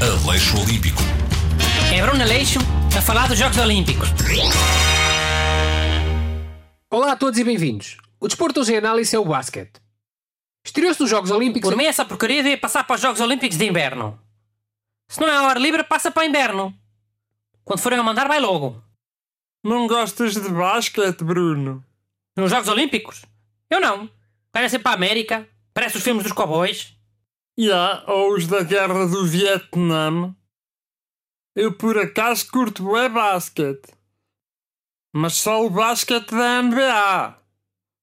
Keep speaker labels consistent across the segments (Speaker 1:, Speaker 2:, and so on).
Speaker 1: Aleixo Olímpico.
Speaker 2: É Bruno Aleixo a falar dos Jogos Olímpicos.
Speaker 3: Olá a todos e bem-vindos. O desporto hoje em análise é o basquete. Estreou-se nos Jogos Olímpicos.
Speaker 2: Por mim, essa porcaria devia passar para os Jogos Olímpicos de Inverno. Se não é a hora livre, passa para Inverno. Quando forem a mandar, vai logo.
Speaker 4: Não gostas de basquete, Bruno?
Speaker 2: Nos Jogos Olímpicos? Eu não. Parecem para a América. Parece os filmes dos cowboys.
Speaker 4: E há ou os da guerra do Vietnã? Eu por acaso curto é basquete. Mas só o basquete da NBA.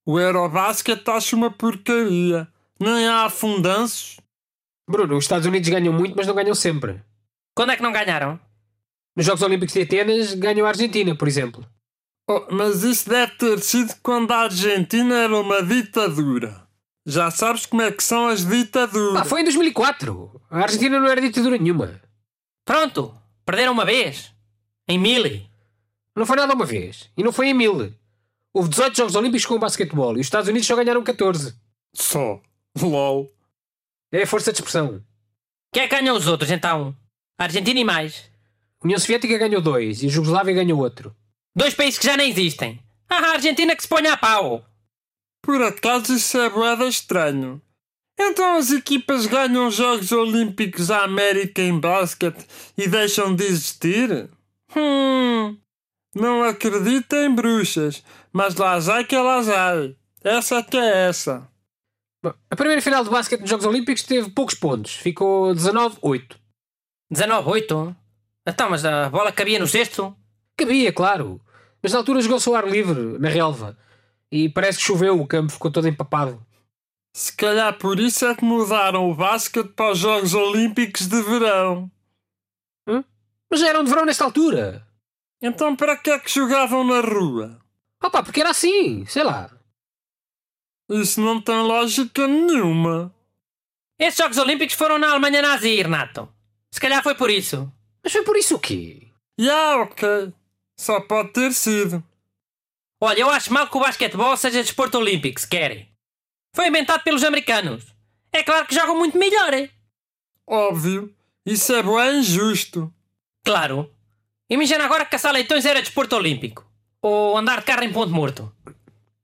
Speaker 4: O Eurobasket acho uma porcaria. Nem há afundanços.
Speaker 3: Bruno, os Estados Unidos ganham muito, mas não ganham sempre.
Speaker 2: Quando é que não ganharam?
Speaker 3: Nos Jogos Olímpicos de Atenas, ganham a Argentina, por exemplo.
Speaker 4: Oh, mas isso deve ter sido quando a Argentina era uma ditadura. Já sabes como é que são as
Speaker 3: Pá,
Speaker 4: ditaduras.
Speaker 3: Ah, foi em 2004. A Argentina não era ditadura nenhuma.
Speaker 2: Pronto, perderam uma vez. Em Mille.
Speaker 3: Não foi nada uma vez. E não foi em mil. Houve 18 Jogos Olímpicos com o basquetebol e os Estados Unidos só ganharam 14.
Speaker 4: Só. LOL.
Speaker 3: É a força de expressão.
Speaker 2: Quem é que ganhou os outros, então? A Argentina e mais.
Speaker 3: A União Soviética ganhou dois e a Jugoslávia ganhou outro.
Speaker 2: Dois países que já nem existem. Ah, a Argentina que se ponha a pau.
Speaker 4: Por acaso isso é boeda estranho. Então as equipas ganham Jogos Olímpicos à América em basquete e deixam de existir? Hum. Não acredito em bruxas, mas lazai que é lazai. Essa que é essa.
Speaker 3: Bom, a primeira final de basquete nos Jogos Olímpicos teve poucos pontos. Ficou 19-8.
Speaker 2: 19-8. Então, mas a bola cabia no cesto.
Speaker 3: Cabia, claro. Mas na altura jogou-se ao ar livre, na relva. E parece que choveu, o campo ficou todo empapado.
Speaker 4: Se calhar por isso é que mudaram o basquete para os Jogos Olímpicos de verão.
Speaker 3: Mas já eram de verão nesta altura.
Speaker 4: Então para que é que jogavam na rua?
Speaker 3: Opa, porque era assim, sei lá.
Speaker 4: Isso não tem lógica nenhuma.
Speaker 2: Esses Jogos Olímpicos foram na Alemanha nazi, Renato. Se calhar foi por isso.
Speaker 3: Mas foi por isso o quê?
Speaker 4: E ah, ok. Só pode ter sido.
Speaker 2: Olha, eu acho mal que o basquetebol seja desporto olímpico, se querem. Foi inventado pelos americanos. É claro que jogam muito melhor, hein?
Speaker 4: Óbvio, isso é bem injusto.
Speaker 2: Claro. Imagina agora que caçar leitões era desporto olímpico. Ou andar de carro em ponto morto.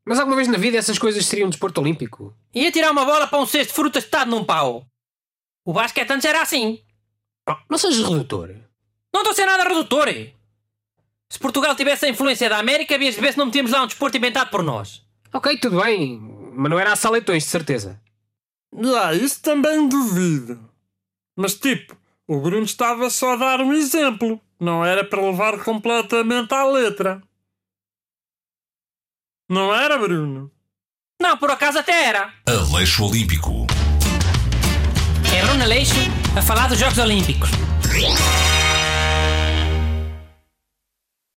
Speaker 3: Mas alguma vez na vida essas coisas seriam um desporto olímpico?
Speaker 2: E atirar uma bola para um cesto de frutas estado num pau. O basquete antes era assim.
Speaker 3: Não sejas redutor.
Speaker 2: Não estou a ser nada redutor. eh. Se Portugal tivesse a influência da América, vias de ver se não metíamos lá um desporto inventado por nós.
Speaker 3: Ok, tudo bem. Mas não era a saletões, de certeza.
Speaker 4: E ah, isso também duvido. Mas tipo, o Bruno estava só a dar um exemplo. Não era para levar completamente à letra. Não era, Bruno?
Speaker 2: Não, por acaso até era.
Speaker 1: Aleixo Olímpico.
Speaker 2: É Bruno Aleixo a falar dos Jogos Olímpicos.